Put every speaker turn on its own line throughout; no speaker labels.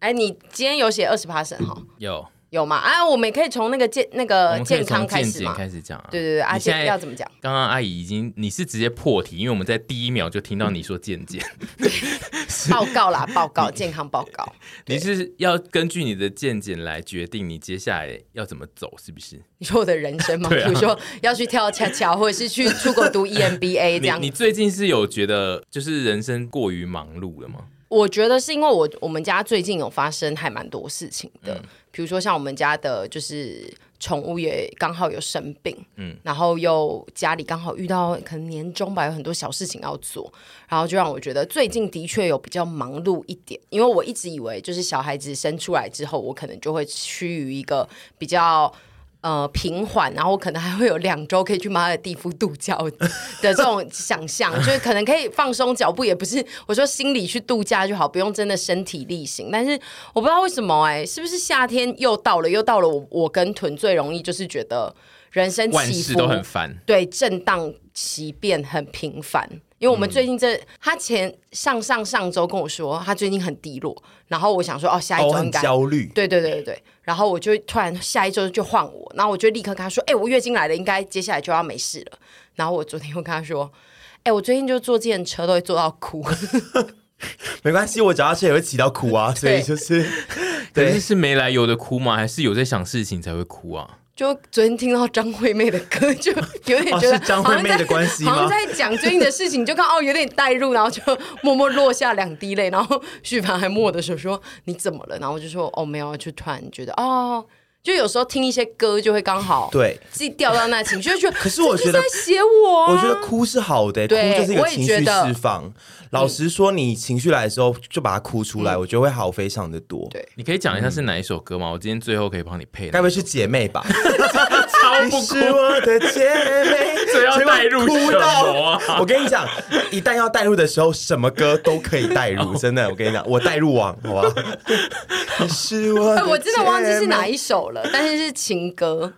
哎，你今天有写二十 percent 哈？
有，
有吗？啊，我们也可以从那个健那个
我们可以
呃健康
从
开
健
始
检
嘛。
开始讲啊。
对对对，啊，
你现
健
在
要怎么讲？
刚刚阿姨已经，你是直接破题，因为我们在第一秒就听到你说 健检，
报告 啦，报告，健康报告。
你是要根据你的健检来决定你接下来要怎么走，是不是？
你说我的人生吗？
对啊
比如说要去跳恰恰，或者是去出国 读 E EMBA 这
你
样
你最近是有觉得就是人生过于忙碌了吗？
我觉得是因为我我们家最近有发生还蛮多事情的，
嗯
比如说像我们家的就是宠物也刚好有生病，嗯，然后又家里刚好遇到可能年终吧，有很多小事情要做，然后就让我觉得最近的确有比较忙碌一点，因为我一直以为就是小孩子生出来之后，我可能就会趋于一个比较。呃，平缓，然后我可能还会有两周可以去马尔蒂夫度假的这种想象，就是可能可以放松脚步，也不是我说心里去度假就好，不用真的身体力行。但是我不知道为什么、哎，是不是夏天又到了，又到了我？我跟屯最容易就是觉得人生
万
起
事
伏
都很烦，
对震荡奇变很频繁。因为我们最近这，他前上上上周跟我说他最近很低落，然后我想说哦，下一
哦，
周应
很
该、
焦虑，
对对对对对，然后我就突然下一周就换我，然后我就立刻跟他说，哎、我月经来了，应该接下来就要没事了。然后我昨天又跟他说，哎、我最近就坐电车都会坐到哭，
没关系，我脚踏车也会骑到哭啊，所以
对
就是
可
对
是是没来由的哭吗？还是有在想事情才会哭啊？
就昨天听到张惠妹的歌，就有点
哦
觉得、
是张惠妹的关系吗
好像在讲最近的事情，就看哦有点带入，然后就默默落下两滴泪，然后旭凡还摸我的手说你怎么了？然后我就说哦没有啊，就突然觉得哦。就有时候听一些歌，就会刚好
对
自己掉到那情绪，就觉得
可是我
这就
觉得
在写我、啊，
我觉得哭是好的、哭
对
就是一
我
个
也
情
觉
绪
得
释放。老实说，你情绪来的时候就把它哭出来，我觉得会好非常的多。
嗯对
你可以讲一下是哪一首歌吗？我今天最后可以帮你配
该
的
不。会是姐 妹吧？
超
你是我的姐 妹，
这要
结果
带入
哭到
什么啊
我跟你讲，一旦要带入的时候，什么歌都可以带
哦
入，真的。我跟你讲，我带入网，好吧？你是我，
哎，我真的忘记是哪
一
一首了，但是是情歌。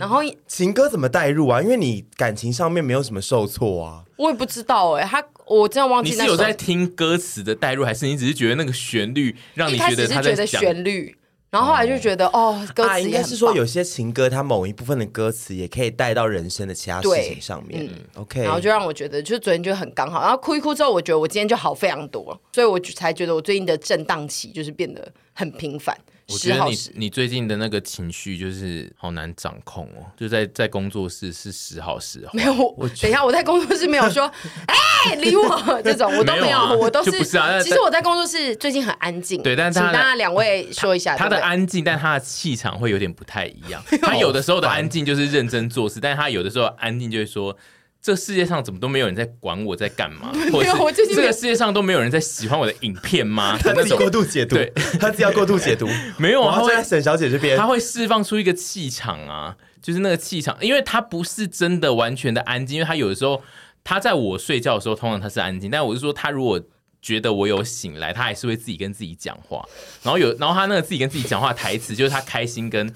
然后
情歌怎么带入啊？因为你感情上面没有什么受挫啊。
我也不知道哎、他我真的忘
你
记
是
那首
有。在听歌词的代入，还是你只是觉得那个旋律让
一
你
开
觉
始
得
是
他
觉
在
得
讲？
旋律，然后后来就觉得哦，歌词、
啊，应该是说有，些情歌，它某一部分的歌词也可以带到人生的其他事
对嗯
情上面。OK，嗯
然后就让我觉得，就是昨天就很刚好，然后哭一哭之后，我觉得我今天就好非常多，所以我就才觉得我最近的震荡期就是变得很频繁，
我觉
时
得
好
你
时。
你最近的那个情绪就是好难掌控哦，就在在工作室是时好时 坏，
没有，我等一下，我在工作室没有 说，哎、理我这种，我都没
没有啊
我都
就不是啊那
其实我在工作室最近很安静，
对但是
请
他的
大家两位说一下
他
啊对
的
不对
安静，但他的气场会有点不太一 样。他有的时候的安静就是认真做事，但他有的时候安静就会说。这世界上怎么都没有人在管我在干嘛，或 者
没有我最
是
近
这
没有
个世界上都没有人在喜欢我的影 片吗？
他
那
自己
种
过度解读
对，
他自己要过度解 读，
没有
然
啊，他
后
会
站在沈小姐这边
他，会释放出一个气场啊，就是那个气场，因为他不是真的完全的安静，因为他有的时候他在我睡觉的时候，通常他是安静，但我是说他如果觉得我有醒来，他还是会自己跟自己讲话，然后有，然后他那个自己跟自己讲话的台词，就是他开心跟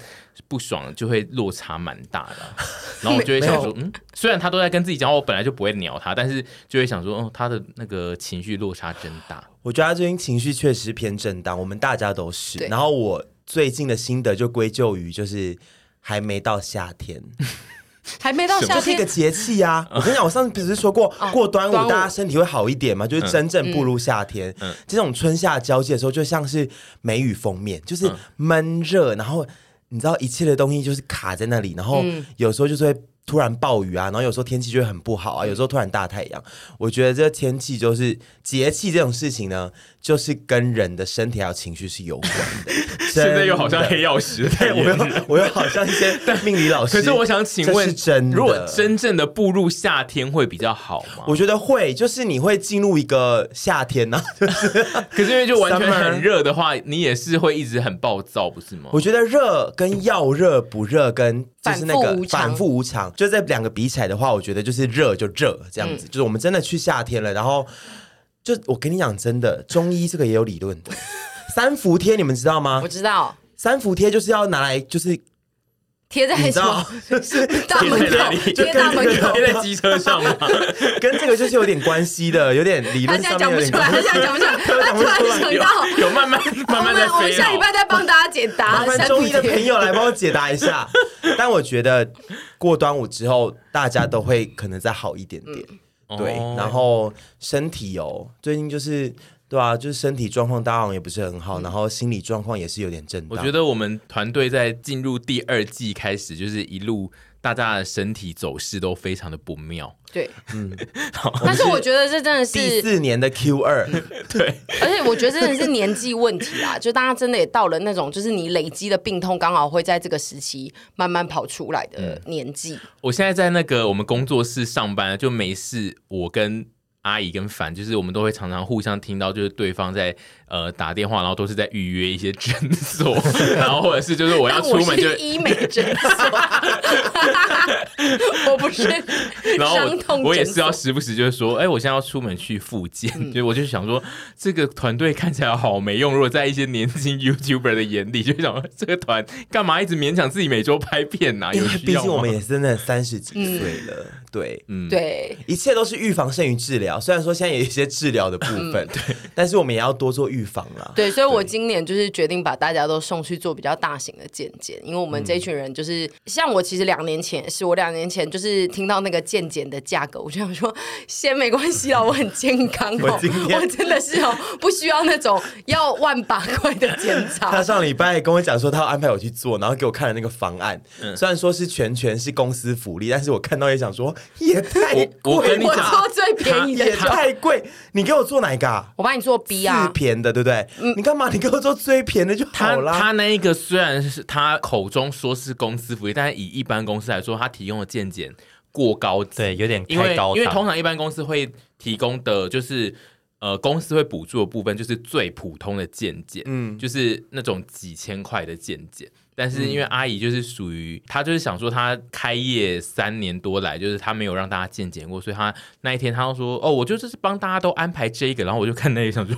不爽就会落差蛮大的啊、然后我就会想 说，嗯，虽然他都在跟自己讲话，我本来就不会鸟他，但是就会想说，哦，他的那个情绪落差真大。
我觉得他最近情绪确实偏震荡，我们大家都是。
对
然后我最近的心得就归咎于就是。还没到夏天，
还没到
这
夏
是一
天
个，节气 呀、我跟你讲，我上次不是说过
嗯
过端午
端午
大家身体会好一点嘛？就是真正步入夏天，
嗯
这种春夏交界的时候，就像是梅雨封面，就是
嗯
闷热，然后你知道一切的东西就是卡在那里，然后
嗯
有时候就是会突然暴雨啊，然后有时候天气就会很不
嗯
好啊，有时候突然大太阳。我觉得这天气就是节气这种事情呢，就是跟人的身体还有情绪是有关的。现
现在又好像黑曜石的代
对， 我
言人
又我又好像一 些命理老师。
可是我想请
这
问，
是真的
如果真正的步入夏天会比较好
啊
吗？
我觉得会，就是你会进入一个夏天啊呐、
可是因为就完全
Summer
很热的话，你也是会一直很暴躁，不是吗？
我觉得热跟要热不热跟就是
反
那个
复无常
反复无常，就这两个比起来的话，我觉得就是热就热这样
嗯
子，就是我们真的去夏天了，然后就我跟你讲真的，中医这个也有 理论的。三伏贴你们知道吗
我？知道
三伏贴就是要拿来就是
贴在
你知
哎什
道
么，
就是
大
贴
门
在哪里
口，贴大门 口。
贴在机车 上吗？
跟这个就是有点关系的，有点理
他
论
现在
上
讲
面有
不
点
出来，他
关系。
现在讲不出 来，他突然想
有
到，
有慢慢慢慢在
我们我们
飞
下礼
哦
拜再帮大家解答
啊麻。
啊
烦
三
中
不
医的朋
贴
友来帮我解答 一下。但我觉得过端午之后，大家都会可能再好一点点。对，
哦
然后身体哦，最近就是对啊，就是身体状况大家好像也不是很好，然后心理状况也是有点震
嗯我
荡。
觉得我们团队在进入第二季开始，就是一路大家的身体走势都非常的不妙。
对， 但是我觉得这真的
嗯第
是，
四年的 Q 二，
对，
而且我觉得真的是年纪问题啦，就大家真的也到了那种，就是你累积的病痛刚好会在这个时期慢慢跑出来的
嗯
年纪。
我现在在那个我们工作室上班，就没事，我跟阿姨跟凡，就是我们都会常常互相听到，就是对方在呃打电话，然后都是在预约一些诊所， 然后或者是就是我要
但
出
我
门就是
医美诊 所， 我不是
然后
伤
我
痛
我也
诊
是要
所。嗯
时不时就是说，哎、我现在要出门去复健，所以我就想说，这个团队看起来好没用。如果在一些年轻 YouTuber 的眼里，就想说这个团干嘛一直勉强自己每周拍片呐、
因
有
为
需
毕
要
竟我们
吗？嗯
也真的三十几岁了，对。
对，
一切都是预防胜于治疗，虽然说现在有一些治疗的部分，
嗯
对，但是我们也要多做预防啦。
对，所以我今年就是决定把大家都送去做比较大型的健检，因为我们这群人就是、像我，其实两年前也是我两年前就是听到那个健检的价格，我就想说先没关系啦，我很健康哦，
我今天
我真的是哦，不需要那种要万把块的检
他
查。
上礼拜跟我讲说，他要安排我去做，然后给我看了那个方案。
嗯
虽然说是全权是公司福利，但是我看到也 想说，也太
我我
贵
跟你
我
讲
了，
做最便宜的
也
就好，
太贵。你给我做哪一个、啊？
我帮你做 B 啊
最，便的，对不对？
嗯
你干嘛？你给我做最便的就
他
哦
好啦
他。那一个虽然是他口中说是公司福利，但是以一般公司来说，他提供的见解过高级，
对，有点
因为
太高
因为
档
通常一般公司会提供的就是呃公司会补助的部分就是最普通的健检，嗯，就是那种几千块的健检。但是
嗯
因为阿姨就是属于她，就是想说她开业三年多来，就是她没有让大家健检过，所以她那一天她就说：“哦，我就这是帮大家都安排这个。”然后我就看那里想说：“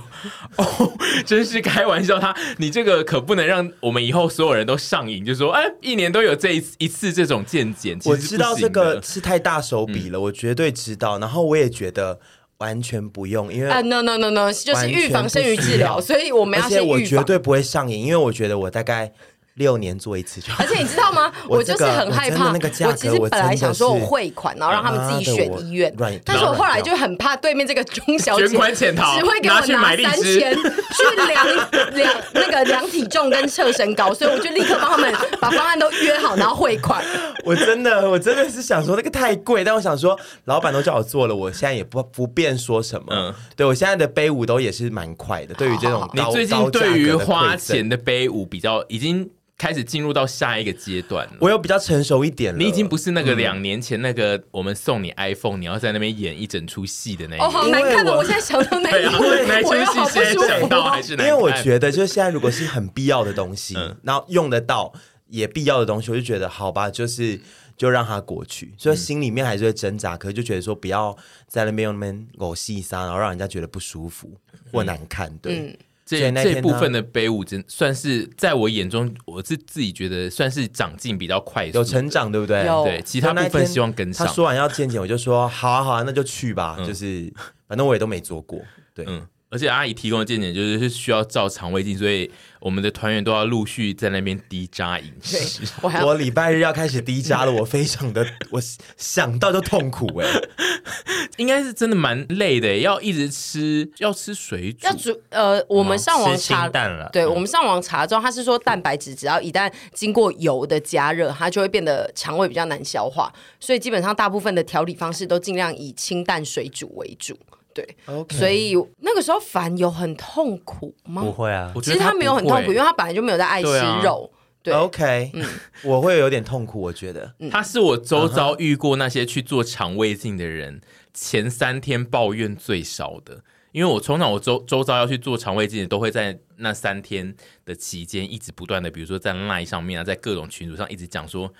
哦，真是开玩笑，他你这个可不能让我们以后所有人都上瘾，就说哎，一年都有这一次一次这种健检。”其
我
实是
知道
不
这
行的嗯
个是太大手笔了，我绝对知道。然后我也觉得完全不用，因为
啊、no no no no，就是预防胜于治疗，
完全
所
不需要
以我们要
而且
先
我
预
绝
防。
对不会上瘾，因为我觉得我大概六年做一次就 好。
而且你知道吗？
我
我
这
就
个
是很害怕。
我真的那个价格
其实本来想说我汇款，然后让他们自己选医院
妈的我软，
但是我后来就很怕对面这个钟小姐
卷款潜逃
只会给我
拿去
拿
买荔
三
枝
千去量量那个量体重跟测身高，所以我就立刻帮 他们把方案都约好，然后汇款。
我真的，我真的是想说那个太贵，但我想说，老板都叫我做了，我现在也不不便说什么。
嗯
对我现在的杯舞都也是蛮快的，对于这种
好
你
高
最
高
近
价格
对于
的
花
馈赠
钱的杯舞比较已经开始进入到下一个阶段了。
我有比较成熟一点了。
你已经不是那个两年前那个我们送你 iPhone，你要在那边演一整出戏的那一
哦，好难看
因为
的，
我
我现在想到那
对
一
啊
幕，
那一
我
出
又好
戏
不
现
舒
在想
服
到哎还
哦。
是
因
难
为我
看
觉得，就是现在如果是很必要的东西，
嗯
然后用得到也必要的东西，我就觉得好吧，就是就让它过去。所以
嗯
心里面还是会挣扎，可是就觉得说不要在那边用那边偶戏撒，然后让人家觉得不舒服或难看。对，所以
嗯这
那
这
天
部
呢
分的杯舞真算是在我眼中，我是自己觉得算是长进比较快速
有。成长，对不对？
有
对，其他部分希望跟上
他。说完要见检，我就说好啊好啊，那就去吧。就是反正我也都没做过，对，
嗯，而且阿姨提供的见解就是是需要照肠胃镜，所以我们的团员都要陆续在那边低渣饮
对
食。，
我还要
我礼拜日要开始低渣了，我非常的， 我想到就痛苦哎、
应该是真的蛮累的，要一直吃，要吃水煮
要，煮呃，我们上网
吃清
查
淡了
对，
嗯
我们上网查之后，它是说蛋白质只要一旦经过油的加热，它就会变得肠胃比较难消化，所以基本上大部分的调理方式都尽量以清淡水煮为主。对
OK
所以那个时候反有很痛苦吗？
不会啊
我，觉
其
得
实
他
他没有很痛苦，因为
为
他本来就没有在爱吃
对啊
肉。对
OK，、我
嗯
会有点痛苦，我觉得。
他是我周遭遇过那些去做肠胃镜的人，前三天抱怨最少的。因为我通常我周周遭要去做肠胃镜的，都会在那三天的期间一直不断的，比如说在 LINE 上面啊，在各种群组上一直讲说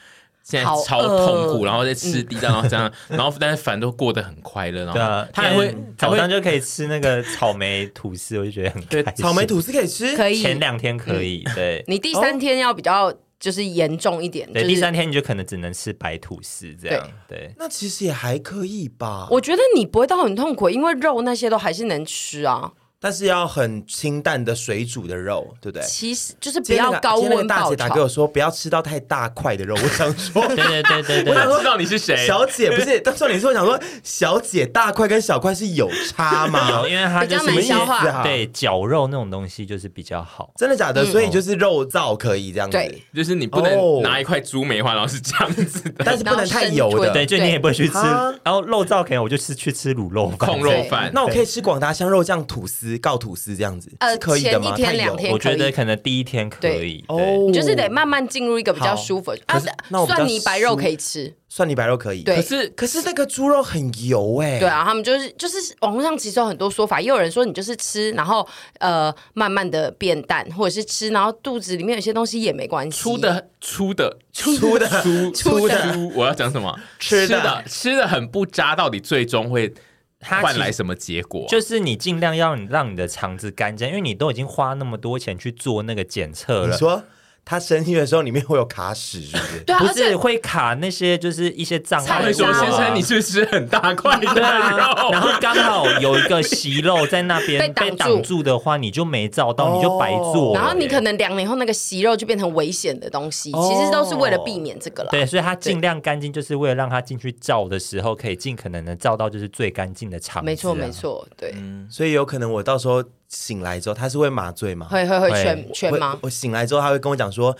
现在
好
超痛苦，
饿
然后在吃低蛋，然后这样，然后但是反正都过得很快乐，然
对
后
啊，
哦他还会
今天
还
早
会
上就可以吃那个草莓吐司，我就觉得很
对
开心。
啊草莓吐司可以吃，
可以
前两天可以，对，
你第三天要比较就是严重一点，就
对，第
是
三天你就可能只能吃白吐司这样，对，
那其实也还可以吧，
我觉得你不会到很痛苦，因为肉那些都还是能吃啊。
但是要很清淡的水煮的肉，对不对？
其实就是不
今天那
要
个
高
今天那
温
个大
爆
姐打给我
炒。
说不要吃到太大块的肉，我想 说
对对对对
我想
对，
知道你是
哎
谁。
小姐不是， 但重点是我想说小姐大块跟小块是有差 吗？
因为它
比较
就
什
难
么
是
意思
消化
啊？，
对绞肉那种东西就是比较好，
真的假的？所以就是肉燥可以这样子，
嗯对，
就是你不
哦
能拿一块猪梅花，然后是这样子 的
但是不能太油
然后生吞
的。
对，就你
对
也不会去吃
啊，
然后肉燥可能我就吃去吃卤肉饭
控肉饭。
那我可以吃广达香肉酱吐司、告吐司这样子，
呃
是可以的吗？
前一天
太油
两天
我觉得可能第一天可以，对，
哦，
你就是得慢慢进入一个比较
好
舒服的
可
啊
是那我比较
蒜泥白肉
舒
可以吃，
蒜泥白肉可以。
对
可是
可是那个猪肉很油哎、
对，啊，他们就是就是网络上其实有很多说法，也有人说你就是吃，然后呃慢慢的变淡，或者是吃，然后肚子里面有些东西也没关系。
粗的粗的
粗的
粗
粗的
粗， 我要讲什么？
吃
吃
的
的吃的很不渣，到底最终会
它
换
其
来什么结果啊？
就是你尽量要你让你的肠子干净，因为你都已经花那么多钱去做那个检测
你
了，
说他生气的时候里面会有卡屎是不是？
对啊，
不
而且
是会卡那些就是一些障
他
碍
菜
会
物
说：“
啊。
渣
先 生，你是不是很大块的
对啊，然
肉？
后刚好有一个息肉在那边
被挡
被
住哦
挡住的话，你就没照到，你就白做了。
然后你可能两年后那个息肉就变成危险的东西，其实都是为了避免这个
哦
啦。
对，所以它尽量干净，就是为了让它进去照的时候，可以尽可能的照到就是最干净的肠子啊。
没错没错，对，
所以有可能我到时候醒来之后，他是会麻醉吗？
会会会
会
全全
我
吗？
我醒来之后，他会跟我讲说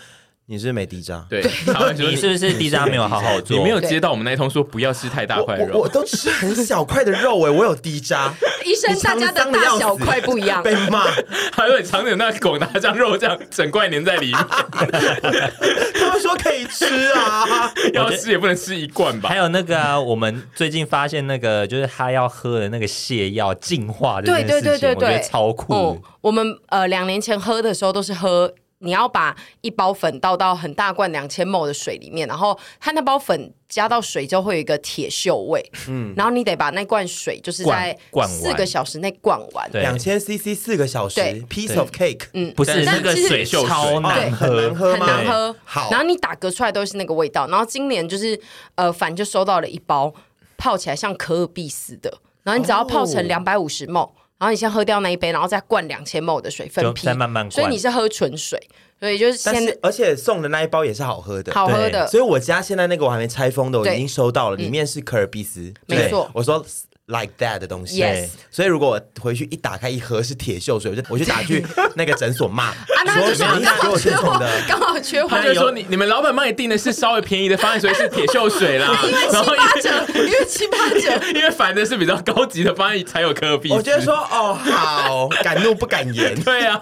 你是不是没低渣。
对，他会说
你是不是低渣没有好好做？
你没有接到我们那一通说不要吃太大
我
块
我我
肉，
都吃很小块的肉哎、我有 低渣，
医生
你
大
脏
家的
脏得要
大
死
小块不一样，
被骂，
还有藏着那广大酱肉酱整块粘在里面，
他们说可以吃 啊，
要吃也不能吃一罐吧
还？有那个啊、我们最近发现那个就是他要喝的那个泻药净化这件
对
事情，
对对对对
我觉得超酷。
嗯，我们呃两年前喝的时候都是喝，你要把一包粉倒到很大罐两千 ml 的水里面，然后它那包粉加到水之后会有一个铁锈味，嗯，然后你得把那罐水就是在
灌灌完
四个小时内灌完，
对
两千 CC 四个小时
对
，piece of cake，嗯，
不
但
是那
是
个
其实
水
秀水
超难
对
喝，
很难喝
很
吗？
难喝。
好
然后你打嗝出来都是那个味道。然后今年就是呃，反正就收到了一包泡起来像可尔必斯的，然后你只要泡
哦
成两百五十 ml，然后你先喝掉那一杯，然后再灌两千 ml 的水分
就
批，
再慢慢灌
所以你是喝纯水，所以就是
但
先
是而且送的那一包也是好喝的，
好喝的。
所以我家现在那个我还没拆封的，我
对嗯
已经收到了，里面是可尔必斯，
没
对
错
我说 like that 的东西。
Yes
所以如果我回去一打开一盒是铁锈水，我就我就打去那个诊所骂，
啊，那就
说
是
你
刚
看给
好
我
缺
现
货
成的，。
刚好缺货
他。就说你你们老板帮你订的是稍微便宜的方案，所以是铁锈水啦。
因为
然后
七八折，因为七八 折，
因为反正是比较高级的方案才有可比。
我觉得说哦好，敢怒不敢言，
对啊，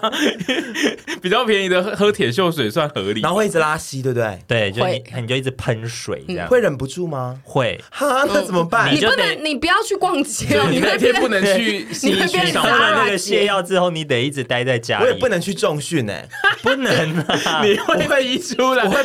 比较便宜的喝喝铁锈水算合理
然。后会一直拉稀，对不对？
对，就
会嗯
你你就一直喷水这样，
会忍不住吗？
会
哈，那怎么办
你？
就
不
得
能，你不要去逛街
就
哦，
你那
会
天
变
不能去新
你会
一区
变
上
喝
成
班，
了那个泻药之后，你得一直待在家
我
里，
也不能去重训 哎，
不能 啊，
你会被移出来
我。会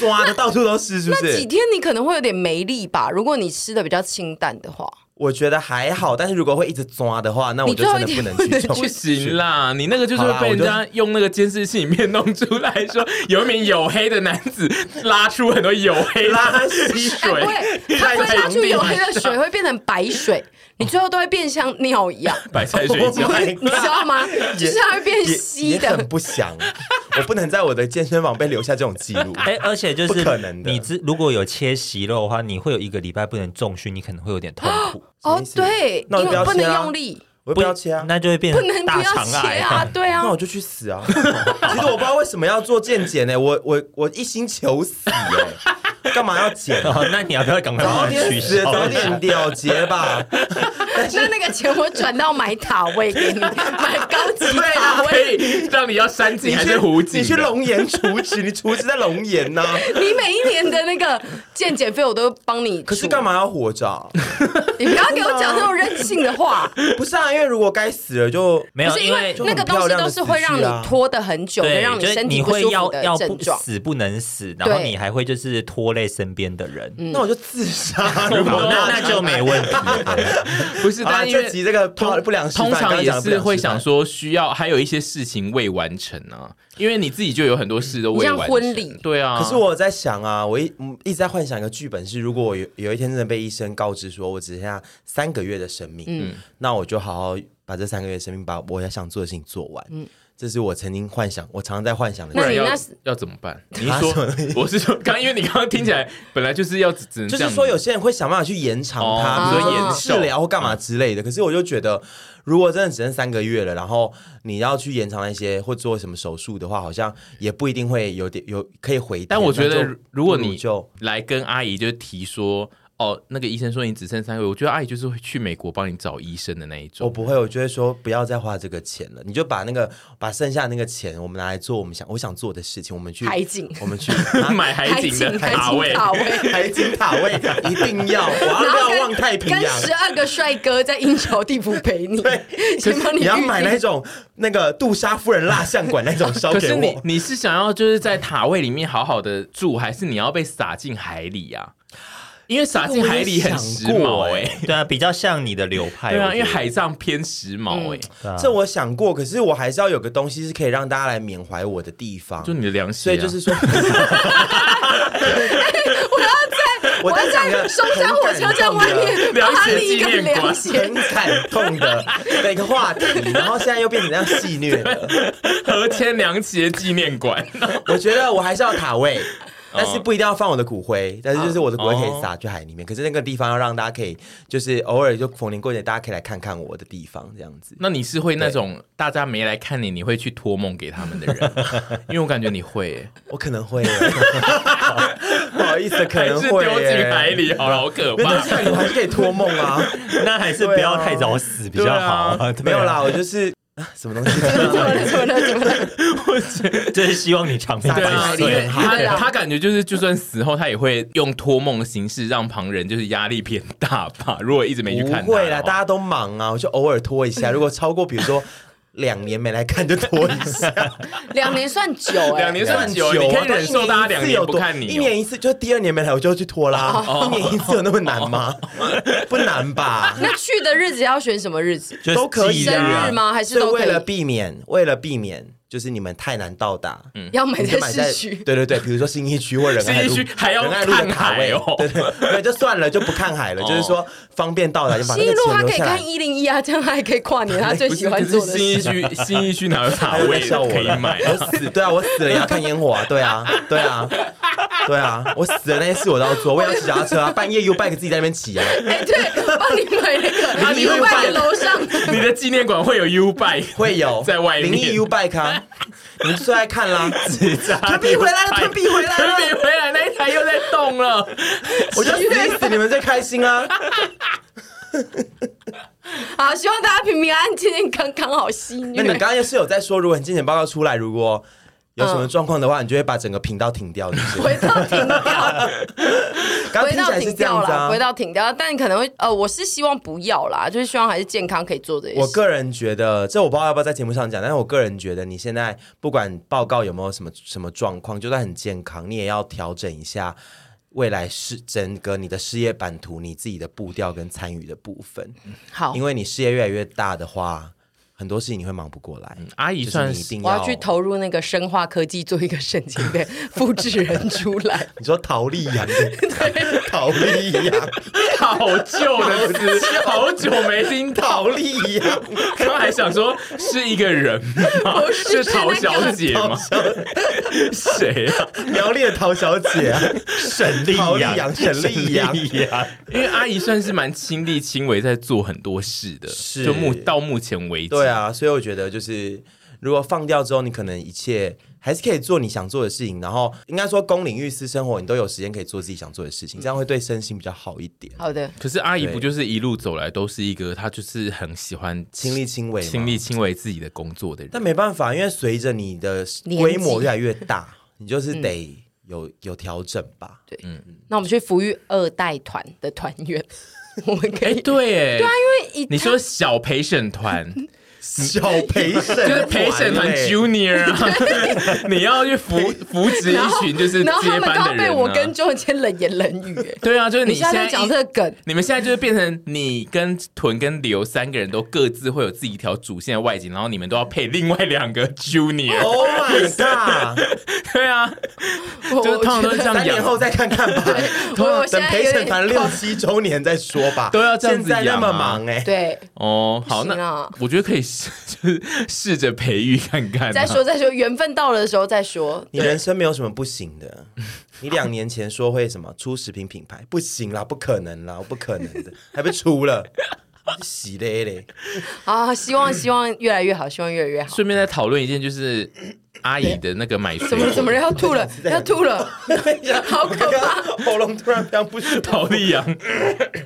抓的到处都是，是不
那几
是？
天你可能会有点没力吧？如果你吃的比较清淡的话，
我觉得还好，但是如果会一直抓的话，那我
你
就
最后
真的
一
不
天
能
不
去
能
重
不
训。
行啦，你那个就是
好啦
会被
我
人
就
家用那个监视器里面弄出来 说，有一名黝黑的男子拉出很多黝黑
拉 稀
哎，不
水，
会，它
太
会拉
长
出
地
有黑的水，会变成白水，你最后都会变像尿一样，
白菜 水饺
Oh。my
你知道吗？就是它会变稀
也也
的
很。不祥。我不能在我的健身房被留下这种记录。
哎，而且就
不
是
可能的
你知如果有切息肉的话，你会有一个礼拜不能重训，你可能会有点痛苦。
哦，对，
那我
因
就不要
为不
切
能
啊
用力，
我就不要切啊，
那就会变
不能
成
不
大
要
肠
切
癌
啊，。对啊
那，我就去死啊！ 其实我不知道为什么要做健检呢，我我我一心求死哎，干嘛要 检？
哦，那你要不要赶快
早
帮我
点
取
死，
消
早
一下？
点了 结吧。
那那个钱我转到买塔位给你，买高级塔
可
位。
以让你要山
你
景还
去
是湖景？
你去龙岩除脂，你除脂在龙 岩呢？
你每一年的那个健检费我都帮你出。
可是干嘛要活着啊？
你不要给我讲那种任性的话。
不是啊，因为如果该死 了就
没
不
有，
是
因
因为
为
那个东西都是会让
就很漂亮的思绪啊
你拖得很久的，
对，
让你
就是
身体
你
不
会
舒服
要
的
要
症
不
状。
死不能死，然后
对
你还会就是拖累身边的人。
嗯
那我就自杀。如
哦
果
那那就没问题了。
不是，
好啦
但因为
这集这个不好
通
不良示范
通常
刚刚
也
讲的不
是
良示
会
范
想说，需要还有一些事情未完成啊，因为你自己就有很多事都未完成。
你像婚礼
对啊。
可是我在想啊，我一嗯一直在幻想一个剧本是，如果我有有一天真的被医生告知说我只剩下三个月的生命，嗯，那我就好好把这三个月的生命把我要想做的事情做完，嗯，这是我曾经幻想，我常常在幻想的
不
那
然
事。
你
要
那是
要怎么 办？你
啊
是
什么
说， 我是说，刚因为你刚刚听起来本来就是要只只能
就
这
是
样
说，有些人会想办法去延长
哦
它，比如说
你说延
治疗或干嘛之
嗯
类的。可是我就觉得，如果真的只剩三个月了，然后你要去延长那些或做什么手术的话，好像也不一定会有点有可以回天。
但我觉得
那就
如果
不
你
就
来跟阿姨就提说，哦，那个医生说你只剩三个月，我觉得阿姨就是会去美国帮你找医生的那一
我
种。
不会，我就会说不要再花这个钱了，你就把那个把剩下那个钱，我们拿来做我们想我想做的事情，我们去
海景
我们去
买海景的
海
卡位
景，卡位。
海景塔位一定要，我要不要望太平
跟
洋？
十二个帅哥在阴桥地府陪你， 先帮
你要
预
买那
定
种那个杜莎夫人蜡像馆那 种烧
可
给
是你
我。
你是想要就是在塔位里面好好的住，还是你要被撒进海里啊？因为撒进海里很时髦哎、
欸
对啊，比较像你的流派。
对
哎
我
啊，
觉
因为
得
海葬偏时髦哎、
对啊
这我想过，可是我还是要有个东西是可以让大家来缅怀我的地方
就。啊你的啊良心、
所以就是，说，
哎
我要在我在讲个
松山火车站外
很感动的
面
凉
把
鞋
你一
纪
个
念
凉
馆
鞋
很惨痛的的一个话题，然后现在又变成这样戏虐了。
和谦良协纪念馆，
我觉得我还是要塔位，但是不一定要放我的骨灰，但是就是我的骨灰可以撒去海里面。可是那个地方要让大家可以，就是偶尔就逢年过节大家可以来看看我的地方，这样子。
那你是会那种大家没来看你，你会去托梦给他们的人吗，因为我感觉你会、欸，
我可能会耶，不好意思，可
还
能
是
会
丢进
耶
海。里，好了，好可
没有，
怕
但。是你还是可以托梦啊。
那还是不要太早死比较好。对啊
没有，啦，我就是 啊什么东西。
怎么了？怎么了？怎么了？
就是希望你长命
对
对
百
啊，
啊
因
岁。
为他
对啊
他感觉就是，就算死后，他也会用托梦的形式让旁人就是压力变大吧。如果一直没去看他啊的
不
话，
会啦，大家都忙啊，我就偶尔拖一下。如果超过比如说两年没来看，就拖一下。
两年算 久哎，
两年算久，
啊
你可以忍受大家两
一年
年
一次有
不
多
看你哦，哦
一年一次，就是第二年没来我就去拖啦。一年一次有那么难 吗？不难吧？
那去的日子要选什么日子？
就是
都可以
记忆啊
生日吗还是
所以
都可以
为了避免，为了避免，就是你们太难到达，嗯，
要买
就
在
买
市
在
区，
对对对，比如说新一区或仁 爱路
信义区还要
仁爱路的
看
塔
海
位
哦
对对，对就算了，就不看海了，就是说方便到达就把那
新一
个
路
钱
他
留
可以
下来哎
看。一零一啊，这样他还可以跨年，他最
不
喜
是，
欢
可
做
是
的
新一
事。
区新一区哪有塔
他又在
位
笑我
可以
了
买啊？
我死对啊，我死了也要看烟火啊，对啊，对啊，对啊，我死了那些事我都要做，我也要骑脚踏车啊，半夜 U bike 自己在那边骑啊，
哎，对，我帮你买那个，
你
你
会
卖
办
给楼上。
你的纪念馆会有 U bike，
会有
在外面
灵异 U bike 啊，你们最爱看啦，吞币回来了，吞币回来
屯
了，
比回来那一台又在动了。
我就死死你们最开心 啊！
好，希望大家平平安安、健健康康，好幸运。
那你刚刚是有在说，如果你健检报告出来，如果有什么状况的话，你就会把整个频道停掉，是 不
回
是？
到停掉，
刚刚
回
听起
到
来是
停
这样
掉
子
啦，
啊
回。到停掉，但可能会呃，我是希望不要啦，就是希望还是健康可以做这些
我
事。
个人觉得，这我不知道要不要在节目上讲，但是我个人觉得，你现在不管报告有没有什么什么状况，就算很健康，你也要调整一下未来是整个你的事业版图、你自己的步调跟参与的部分，
好，
因为你事业越来越大的话，很多事情你会忙不过来。
嗯阿姨
就是
算
你一
是
定
我要去投入那个生化科技，做一个神经的复制人出来。
你说陶丽 阳， 陶丽阳，
好旧的词，好久没听到。
陶丽阳，
刚刚还想说是一个人吗？是陶小姐吗？谁啊？
苗栗的陶小 姐、啊，
沈丽
陶丽
阳，
阳沈丽阳
阳，
因为阿姨算是蛮亲力亲为在做很多事的，
是
就目到目前为止，
对，啊，所以我觉得就是，如果放掉之后，你可能一切还是可以做你想做的事情，然后应该说公领域、私生活，你都有时间可以做自己想做的事情，这样会对身心比较好一点，
嗯好的，
可是阿姨
对
不就是一路走来都是一个，她就是很喜欢
亲力亲为，
亲力。亲为自己的工作的人。
但没办法，因为随着你的
年纪嗯
规模越来越大，你就是得有、有调整吧。
那我们去抚育二代团的团员，我们可
哎，
以。
对，哎，对啊，
因为一
你说小陪审团，
小陪审团欸，
就是陪审团 Junior 啊，你要去扶扶植
然
一
后
群就是接
然后他
班
们都要
的人、啊。
被我跟周文谦冷言冷语、哎
对啊，就是
你
现
现在
在一
在讲这个梗，
你们现在就是变成你跟屯跟刘三个人都各自会有自己一条主线的外景，然后你们都要配另外 两个
哦
Junior。
Oh my god！
对啊，
我
就是
我
通常都是这样
三
养
年后再看看吧，
我我现
等
在
陪
有
审
点
团六七周年再说吧。
都要这样子
现在那
养
么
啊
忙哎，
对。
哦，好，
不行
那
啊
我觉得可以试，就是试着培育看看、啊。
再说再说，缘分到了的时候再说。
你人生没有什么不行的。你两年前说会什么出食品品牌，不行啦，不可能啦，我不可 能的，还被出了，洗嘞嘞。
好，好希望希望越来越好，希望越来越好。
顺便再讨论一件，就是阿姨的那个买水
怎么
果
了？怎么了？要吐了，要吐了！
好 可怕！喉咙突然非常不舒
陶丽阳，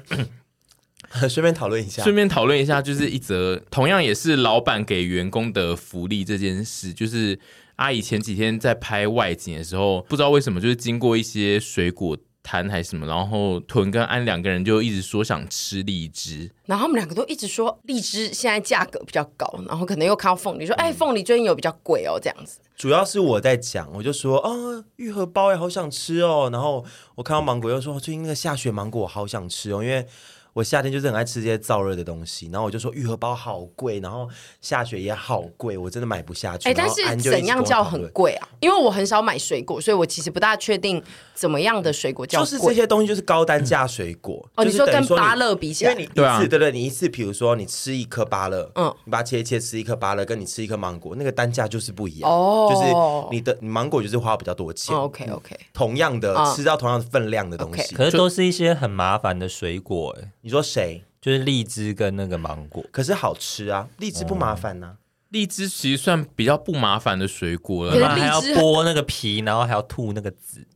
服。 顺便讨论一下，
顺便讨论一下，就是一则同样也是老板给员工的福利这件事，就是阿姨前几天在拍外景的时候，不知道为什么就是经过一些水果摊还是什么，然后屯跟安两个人就一直说想吃荔枝，
然后他们两个都一直说荔枝现在价格比较高，然后可能又看到凤梨说，哎，凤梨最近有比较贵哦，这样子。
主要是我在讲，我就说啊，愈合包哎，好想吃哦。然后我看到芒果，又说哦最近那个下雪芒果，我好想吃哦，因为我夏天就是很爱吃这些燥热的东西。然后我就说愈合包好贵，然后下雪也好贵，我真的买不下去。
哎，但
然后
是
安就一直
怎样
跟我
叫
讨论
很贵啊？因为我很少买水果，所以我其实不大确定怎么样的水果叫
就是这
贵。
些东西就是高单价水果。
哦，
就
你
是
说
等于
跟
说你
芭乐比起
因为
来
你一，次
对啊
对对，你一次，比如说你吃一颗芭乐，嗯
嗯，
你把它切一切，吃一颗芭乐，跟你吃一颗芒果，那个单价就是不一样，
哦
就是你的你芒果就是花比较多钱、
OK OK，
同样的、
嗯
吃到同样的分量的东西。
可是都是一些很麻烦的水果、哎，
你说谁？
就是荔枝跟那个芒果。
可是好吃啊，荔枝不麻烦
哦
呐、
荔枝其实算比较不麻烦的水果了
可是
啦。
然后还要
荔枝
剥那个皮，然后还要吐那个籽。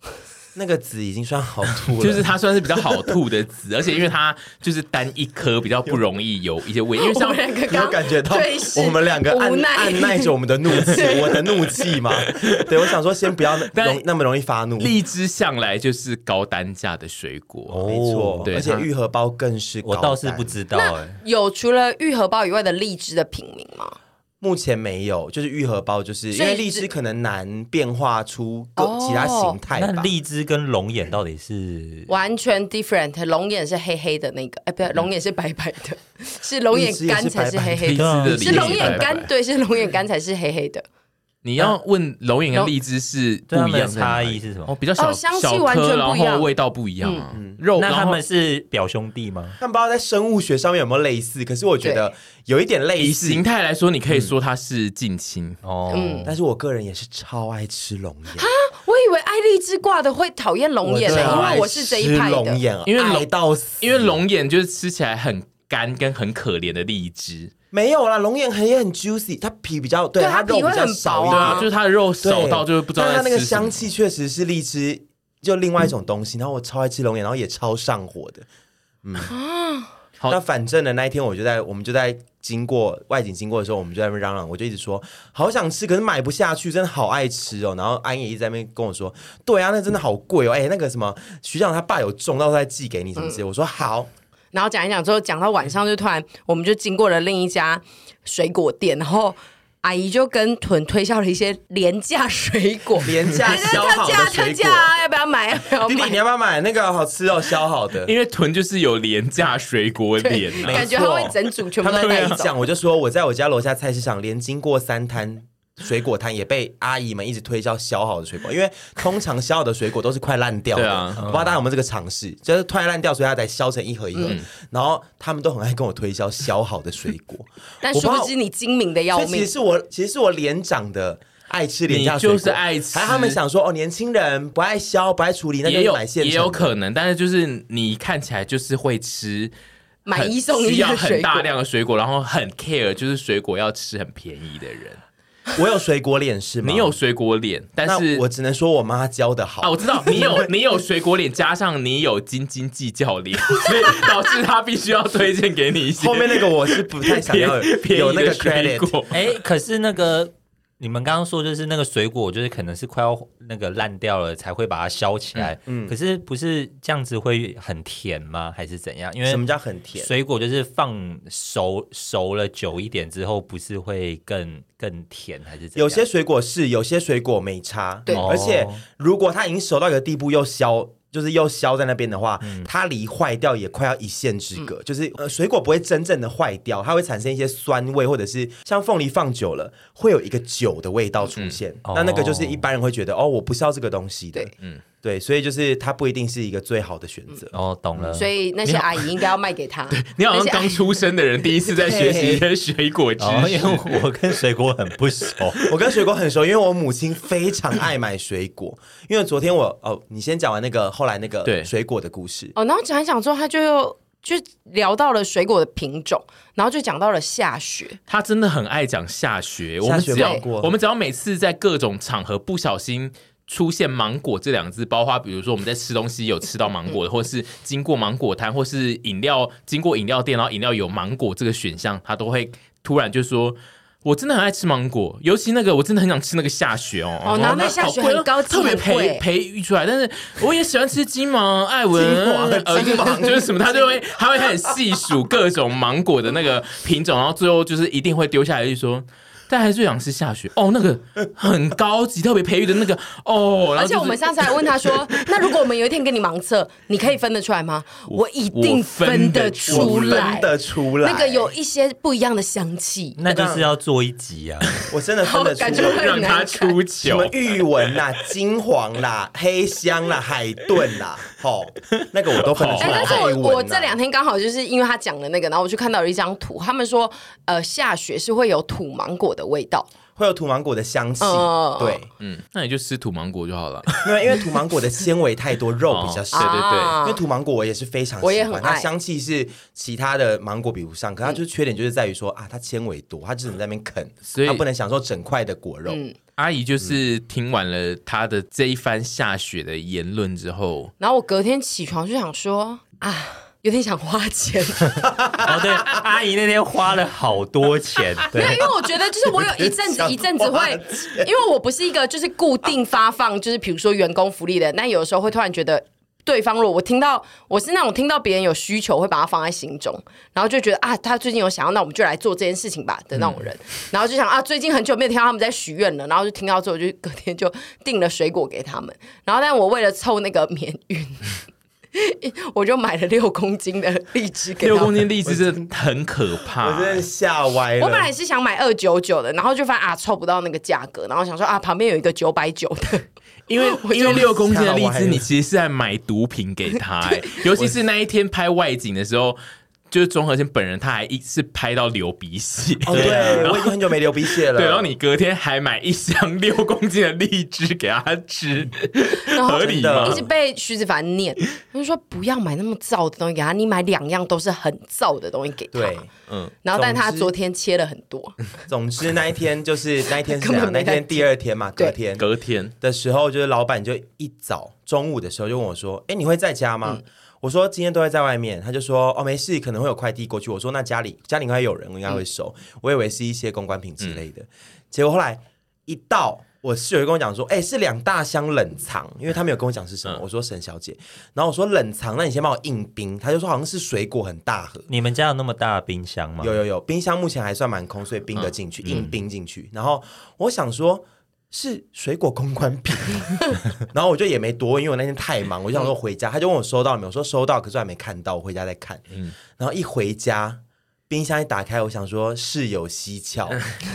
那个籽已经算好吐了，
啊
就是它算是比较好吐的籽，而且因为它就是单一颗，比较不容易有一些味。因 为
我
像
们两个
你有
刚
感觉到
对视
我们两个按
无奈
按耐着我们的怒气， 我的怒气吗？对，我想说先不要 那
但
容那么容易发怒。
荔枝向来就是高单价的水
哦
果，
没错，
对
而且
它
愈合包更是高
哦我
单。
倒是不知道、哎，
有除了愈合包以外的荔枝的品名吗？
目前没有，就是愈合包，就是因
所以
为
是
荔枝可能难变化出各
哦
其他形态吧。
欸那荔枝跟龙眼到底是？
完全 different。龙眼是黑黑的那个，哎，不对，龙眼是白白的，是龙眼干才是黑黑
荔
的。
枝
对啊
的
也
荔
是
是
枝
龙眼
白
干，
白。
对，是龙眼干才是黑黑的。
你要问龙眼跟荔枝是不
对他
一
们的
样在哪
差
里
异是什么
哦，比较小
哦香气
小
完全
颗，
不一
然
样
后味道不一样啊，肉
那他
然后
们是表兄弟吗？
但不知道在生物学上面有没有类似，可是我觉得有一点类
以
似
形。态来说，你可以说它是近亲。
哦，
嗯
但是我个人也是超爱吃龙眼，
我以为爱荔枝挂的会讨厌龙眼
我
呢，
真的
因
啊爱
为我是这一派
吃龙
的。
眼
因为龙
爱到死，
因为龙眼就是吃起来很干跟很可怜的荔枝，
没有啦，龙眼很也很 juicy，它皮比较对，
对它
肉
皮会
比较
很
少
薄
对
一点
啊
啊，就是它的肉少到就是不知道
但
在
它那个
吃什么
香气确实是荔枝，就另外一种东西。然后我超爱吃龙眼，然后也超上火的。嗯，
好
那反正呢，那一天我就在我们就在经过外景经过的时候，我们就在那边嚷嚷，我就一直说好想吃，可是买不下去，真的好爱吃哦。然后安也一直在那边跟我说，对啊，那真的好贵哦，哎，那个什么徐长他爸有种到再寄给你什么之类的。我说好，
然后讲一讲之后，讲到晚上就突然，我们就经过了另一家水果店，然后阿姨就跟屯推销了一些廉价水果，
廉价
哎
削好
特
的
价特
水果
价，啊，要不要买？要不要
弟弟
买
你？要不要买那个好吃哦，削好 的？
因为豚就是有廉价水果脸
没
啊，
感觉他会整组全部
他
都
们
带
来
走。
讲，我就说我在我家楼下菜市场连经过三摊。水果摊也被阿姨们一直推销削好的水果，因为通常削好的水果都是快烂掉的，
对啊
我不知道大家有没有这个尝试，就是快烂掉，所以它才削成一盒一盒。然
嗯
后他们都很爱跟我推销削好的水 果，
但
我
殊
不知
不
道
知你精明的要
所以其
命
实，是我，其实是我连长的爱吃廉价
你
水果，
就是爱吃
还有他们想说哦，年轻人不爱削，不爱处理，那
也
就
有
买现成
也
的
有可能，但是就是你看起来就是会吃很。
买一送一
需要
的
很
水
大
果。
量的水果，然后很 care，就是水果要吃很便宜的人。
我有水果脸是吗？
你有，水果脸，但是
那我只能说我妈教的好
啊，我知道你 有你有水果脸，加上你有斤斤计较脸，所以导致他必须要推荐 给你一些
后面那个我是不太 想
便
要有
便
有
宜
那
的
个
水
credit，
果。
哎、可是那个你们刚刚说就是那个水果，就是可能是快要那个烂掉了才会把它削起来，可是不是这样子会很甜吗？还是怎样？因为
什么叫很甜？
水果就是放熟熟了久一点之后，不是会更更甜还是怎样？
有些水果是，有些水果没差。
对
而且
哦
如果它已经熟到一个地步又削。就是又削在那边的话，
嗯
它离坏掉也快要一线之隔。就是呃，水果不会真正的坏掉，它会产生一些酸味，或者是像凤梨放久了会有一个酒的味道出现。
嗯
那那个
哦
就是一般人会觉得哦，我不是要这个东西的
对。
嗯，对，所以就是它不一定是一个最好的选择。
哦， 懂了。
所以那些阿姨应该要卖给他。
你好
那
像
些阿
刚出生的人，第一次在学习一些水果知
哦，
识
因。为我跟水果很不 熟，
我跟水果很熟，因为我母亲非常爱买水果。因为昨天我哦，你先讲完那个后来那
对
个水果的故事。
哦，然后讲一讲之后，他就又就聊到了水果的品种，然后就讲到了下雪，
他真的很爱讲下雪，我
下
们
雪
只要
芒果
我们只要每次在各种场合不小心。出现芒果这两个字，包括比如说我们在吃东西有吃到 芒果的，或是经过芒果摊，或是饮料经过饮料店，然后饮料有芒果这个选项，他都会突然就说：“我真的很爱吃芒果，尤其那个我真的很想吃那个下雪哦。”
哦然后那下雪
好贵哦
很高级
特别
很贵
培培育出来，但是我也喜欢吃金芒、艾文
金芒、
呃，
金芒
就是什么，他就会他会开始细数各种芒果的那个品种，然后最后就是一定会丢下来就说。但还是最想吃下雪哦，那个很高级，特别培育的那个哦。然
而
后就是
且我们上次还问他说：“那如果我们有一天给你盲测，你可以分得出来吗？”我一定分得
我
出来
分，得出来，
那个有一些不一样的香气。
那就是要做一集啊。
我真的分得出
好感觉
来。
会
让他出
什么
糗，
玉 纹啦、金黄啦、黑香啦、海豚啦，吼，那个我都分得出
哎，
来。啊
但是
海
我
纹
我
啦
这两天刚好就是因为他讲的那个，然后我去看到了一张图，他们说，呃，下雪是会有土芒果的味道，
会有土芒果的香气，
哦
对，
嗯，那你就吃土芒果就好 了。
因为因为土芒果的纤维太多，肉比较
对
少。
对对
因
啊
为土芒果我也是非常喜欢，
我也很爱嗯
它香气是其他的芒果比不上，可它就是缺点就是在于说啊，它纤维多，它只能在那边啃，
嗯所以
它不能享受整块的果肉。
嗯
阿姨就是听完了他的这一番下雪的言论之后，
嗯
然后我隔天起床就想说啊，有点想花钱，
哦，对，阿姨那天花了好多钱，
没有，
对
因为我觉得就是我有一阵 子一阵子会，因为我不是一个就是固定发放，就是比如说员工福利的，那有的时候会突然觉得。对方如果我听到我是那种听到别人有需求会把它放在心中，然后就觉得啊，他最近有想要，那我们就来做这件事情吧的那种人，
嗯
然后就想啊，最近很久没有听到他们在许愿了，然后就听到之后就隔天就订了水果给他们，然后但我为了凑那个免运， 我就买了六公斤的荔枝给他
六
们。
公斤荔枝真的很可
我
怕
真。的吓歪了。
我本来是想买二九九的，然后就发现啊凑不到那个价格，然后想说啊旁边有一个九百九的，
因 为因为六公斤的荔
吓歪
枝，
了
你其实是在买毒品给 他、哎尤其是那一天拍外景的时候，就是钟和谦本人，他还一次拍到流鼻血。
哦，对，啊我已经很久没流鼻血
啊
了。
对，然后你隔天还买一箱 六公斤的荔枝给他吃，
然后
合理吗
嗯
一？直被徐子凡念，他就说不要买那么燥的东西给他，你买两样都是很燥的东西给他。
对，
然后但他
总之
昨天切了很多，
总之那一天就是那一天是 怎
根本
样？那
没
一天
在
第二天嘛，隔
对
天
隔天
的时候，就是老板就一早中午的时候就问我说：“哎，你会在家吗？”我说：“今天都会在外面。”他就说：“哦，没事，可能会有快递过去。”我说：“那家里家里应该有人，我应该会收。我以为是一些公关品之类的，结果后来一到。我室友就跟我讲说，哎、是两大箱冷藏，因为他没有跟我讲是什么。我说沈小姐，然后我说冷藏，那你先帮我硬冰。他就说好像是水果很大盒，
你们家有那么大的冰箱吗？
有有有，冰箱目前还算蛮空，所以冰得
嗯
进去，硬冰进去。然后我想说。是水果公关品， 然后我就也没多问，因为我那天太忙，我就想说回家，他就问我收到了没有，我说收到，可是我还没看到，我回家再看。
嗯
然后一回家，冰箱一打开，我想说事有 蹊跷，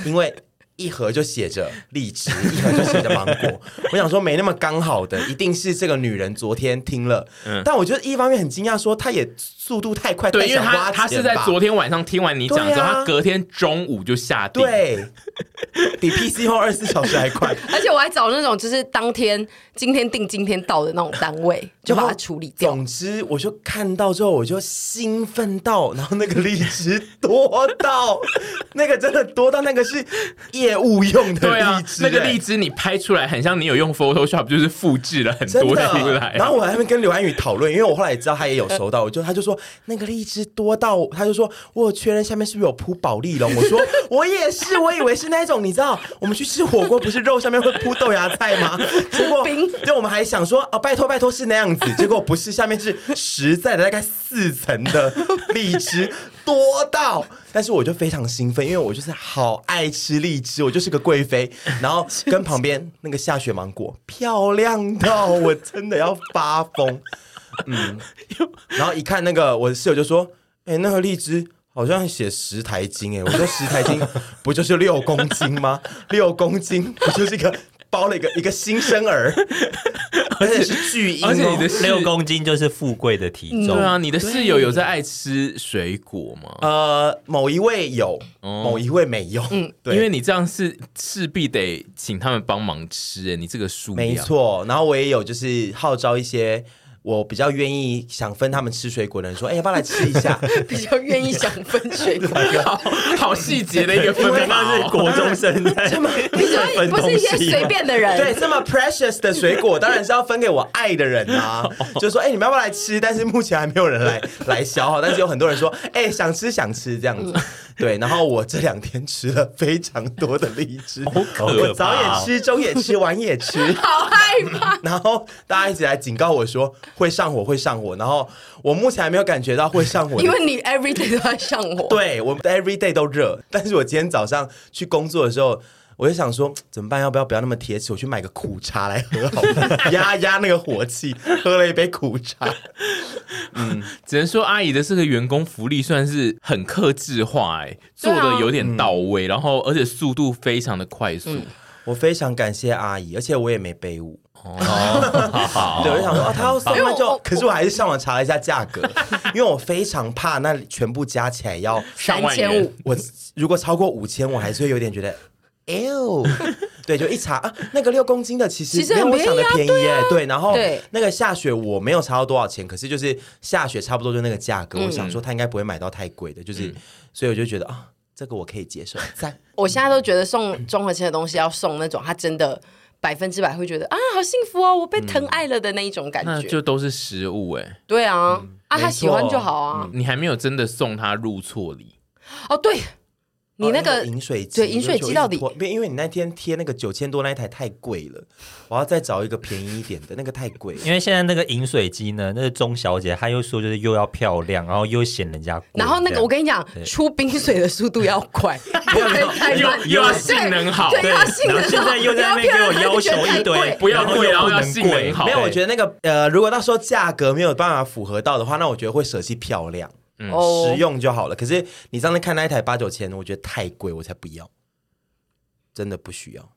因为一盒就写着荔枝，一盒就写着芒果， 我想说没那么刚好的，一定是这个女人昨天听了。但我觉得一方面很惊讶，说她也速度太快，
嗯对，
太
因为
想
他
花
他
钱
是在
吧
昨天晚上听完你讲之后，
对啊
他隔天中午就下定。
对，比 PC 后二十四小时还快。
而且我还找那种就是当天今天订今天到的那种单 位， 就把它处理掉。
总之，我就看到之后，我就兴奋到，然后那个荔枝多到， 那个真的多到，那个是业务用的
对啊
荔，枝、
那
欸
个荔
枝。
枝你拍出来很像你有用 Photoshop，就是复制了很
真
多出
的
来，。
然后我还会跟刘安宇讨论，因为我后来也知道他也有收到，我就他就说那个荔枝多到，他就说我有确认下面是不是有铺保利龙，我说我也是，我以为是是那种你知道，我们去吃火锅不是肉上面会铺豆芽菜吗？结果
冰，
对，我们还想说啊，拜托拜托是那样子，结果不是，下面是实在的大概四层的荔枝，多到，但是我就非常兴奋，因为我就是好爱吃荔枝，我就是个贵妃，然后跟旁边那个下雪芒果漂亮到我真的要发疯。然后一看那个我的室友就说：“哎、那个荔枝好像写十台斤哎、我说十台斤不就是六公斤吗？六公斤不就是一个包了一个一个新生 儿，而且是巨婴、哦，
而且你的室
六公斤就是富贵的体重
嗯
对。啊，你的室友有在爱吃水果吗？
呃某一位有，某一位没有，对，
哦嗯因为你这样是势必得请他们帮忙吃，哎，你这个数量
没错，然后我也有就是号召一些。”我比较愿意想分他们吃水果的人说，哎、要不要来吃一下？
比较愿意想分水果。
好 好细节的一个分法
那是
哦。
国中生在
你说 你不是一些随便的人，
对，这么 precious 的水 果，当然是要分给我爱的人啊。就说，哎、你们要不要来吃？但是目前还没有人来 来消耗，但是有很多人说，哎、想吃想吃这样
嗯
子。对，然后我这两天吃了非常多的荔 枝，
可怕哦
我早也吃，中也吃，晚也吃。
好害怕。
然后大家一直来警告我说会上火，会上火。然后我目前还没有感觉到会上火的
因为你 every day 都在上我，
对我 every day 都热， 但是我今天早上去工作的时候，我就想说怎么办？要不要不要那么铁齿？我去买个苦茶来喝好了， 压压那个火气。喝了一杯苦茶，
只能说阿姨的这个员工福利算是很克制化、哎，
对
做
啊
的有点到位，
嗯
然后而且速度非常的快速。
我非常感谢阿姨，而且我也没背舞。
哦
好 好
对，我就想说啊，她要送
因为
那
我
就
我，
可是我还是上网查了一下价格， 因为我非常怕那全部加起来要
三
上万
千
元
五，
我如果超过五千，我还是会有点觉得。 哎呦，对，就一查啊，那个六公斤的其实
其实
没有
很啊
我想的便宜耶、对，然后
对
那个下雪我没有查到多少钱，可是就是下雪差不多就那个价
嗯
格，我想说他应该不会买到太贵的，就是，所以我就觉得啊，这个我可以接受，赞。
我现在都觉得
嗯
送综合性的东西要送那种他真的百分之百会觉得啊，好幸福哦，我被疼爱了的那一种感
嗯那
觉。
就都是食物哎、
对啊，
嗯
啊，
没错
他喜欢就好啊。
你还没有真的送他入错礼，
哦，对 你那
哦
个
饮水机，
对饮水机到底
我就一直拖因为你那天贴那个九千多那一台太贵了，我要再找一个便宜一点的，那个太贵了。
因为现在那个饮水机呢，那个钟小姐她又说就是又要漂亮，然后又嫌人家贵，
然后那个我
这
跟
样
你讲，出冰水的速度要 快，不可以太慢，
又又要
对
性能好
对，
对
要性能好。
然后现在又在那边给我要求一
不要
堆
太，贵
不要贵然后要
又不能
性能
贵
好
没有，
对
我觉得那个呃，如果到时候价格没有办法符合到的话，那我觉得会舍弃漂亮。
哦
嗯
嗯实，用就好了。可是你上次看那一台八九千，我觉得太贵，我才不要，真的不需要。